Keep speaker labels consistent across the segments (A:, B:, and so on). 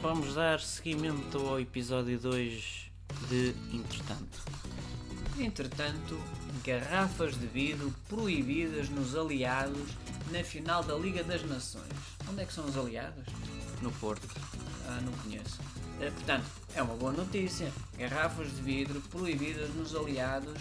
A: vamos dar seguimento ao episódio 2 de Entretanto.
B: Entretanto, garrafas de vidro proibidas nos aliados na final da Liga das Nações. Onde é que são os aliados?
A: No Porto.
B: Ah, não conheço. Eh, portanto, é uma boa notícia. Garrafas de vidro proibidas nos aliados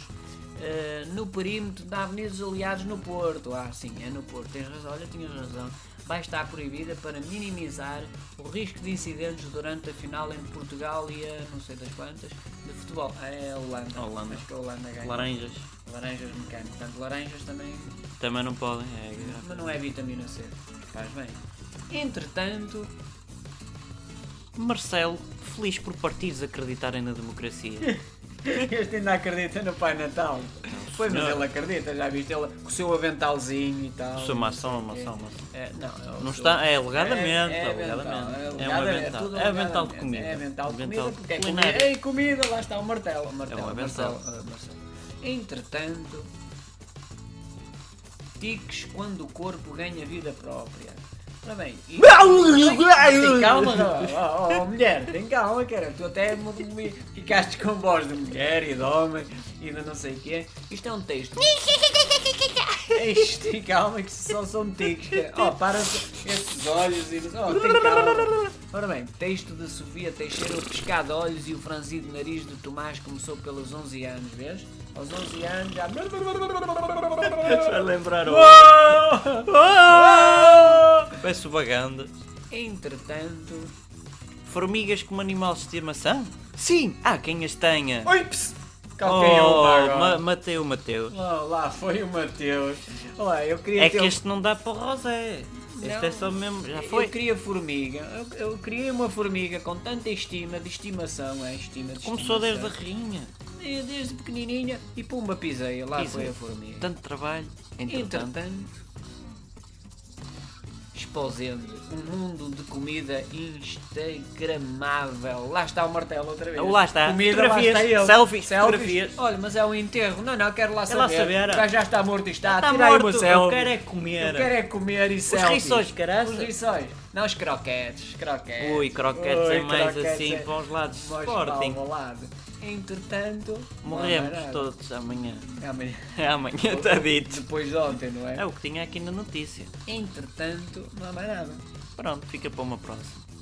B: eh, no perímetro da Avenida dos Aliados no Porto. Ah, sim, é no Porto. Tens razão, olha, tinhas razão. Vai estar proibida para minimizar o risco de incidentes durante a final entre Portugal e a não sei das quantas de futebol. Ah, é a Holanda.
A: A Holanda.
B: Acho que a Holanda ganha.
A: Laranjas
B: Laranjas mecânicas. Portanto, laranjas também
A: também não podem. É garrafa.
B: mas não é vitamina C. Faz bem. Entretanto,
A: Marcelo, feliz por partidos acreditarem na democracia.
B: este ainda acredita no Pai Natal. Pois, mas
A: Não.
B: ele acredita, já viste? Ele com o seu aventalzinho e tal.
A: Sou maçom, maçom, maçom.
B: É, não, é o
A: Não
B: seu-
A: está, é alegadamente,
B: É, é
A: alegadamente.
B: avental,
A: É um
B: alegada-
A: avental.
B: tudo
A: É avental de
B: alegadamente.
A: comida.
B: É avental de
A: Avental
B: comida, porque é comida.
A: culinária.
B: É comida, lá está o martelo. o martelo,
A: É um avental.
B: Marcelo, ah, Marcelo. Entretanto, tiques quando o corpo ganha vida própria. Ora bem, e- tem calma, ó, ó, ó, mulher, tem calma, cara. Tu até me, me ficaste com voz de mulher e de homem e de não sei o quê. Isto é um texto. Isto, calma, que isto só são tiques. cara. Ó, para esses olhos e. Oh, tem calma. Ora bem, texto de Sofia Teixeira, o pescado de olhos e o franzido nariz do Tomás começou pelos 11 anos, vês? Aos 11 anos já.
A: Vai lembrar o. Peço vagando.
B: Entretanto.
A: Formigas como animal de estimação? Sim, há quem as tenha.
B: Oi, é ps! Calcanhou
A: oh,
B: lá agora.
A: Ma- Mateu, Mateu.
B: Lá, Oh, lá foi o Mateus. Olá, eu queria
A: É que
B: ter-
A: este não dá para o Rosé. Este
B: Não.
A: é só mesmo. Já
B: Eu
A: foi.
B: queria formiga. Eu, eu queria uma formiga com tanta estima, de estimação, é estima de
A: Começou desde a
B: estimação.
A: rinha.
B: desde desde pequenininha e pumba pisei, lá
A: Isso.
B: foi a formiga.
A: Tanto trabalho. Entretanto.
B: Entretanto, exposendo um mundo de comida instagramável. Lá está o martelo outra vez.
A: Lá está.
B: Comida, lá
A: Fotografias,
B: está ele.
A: selfies, fotografias.
B: Olha, mas é um enterro. Não, não, quero lá
A: Quero
B: saber.
A: lá saber.
B: O gajo já está morto e está.
A: Está
B: Tira aí uma
A: Tá morto, eu
B: selfie.
A: quero é comer.
B: Eu quero é comer e
A: Os
B: selfies.
A: riçóis,
B: Os
A: caraças.
B: riçóis. Não, os croquetes. croquetes.
A: Ui, croquetes
B: Ui,
A: é mais
B: croquetes
A: assim
B: é-
A: para os lados de
B: Mais
A: Sporting.
B: para o lado. Entretanto... não há
A: Morremos
B: nada. É
A: todos amanhã.
B: Amanhã.
A: Amanhã está dito.
B: Depois de ontem, não é?
A: É o que tinha aqui na notícia.
B: Entretanto, não há mais nada.
A: Pronto, fica para uma próxima.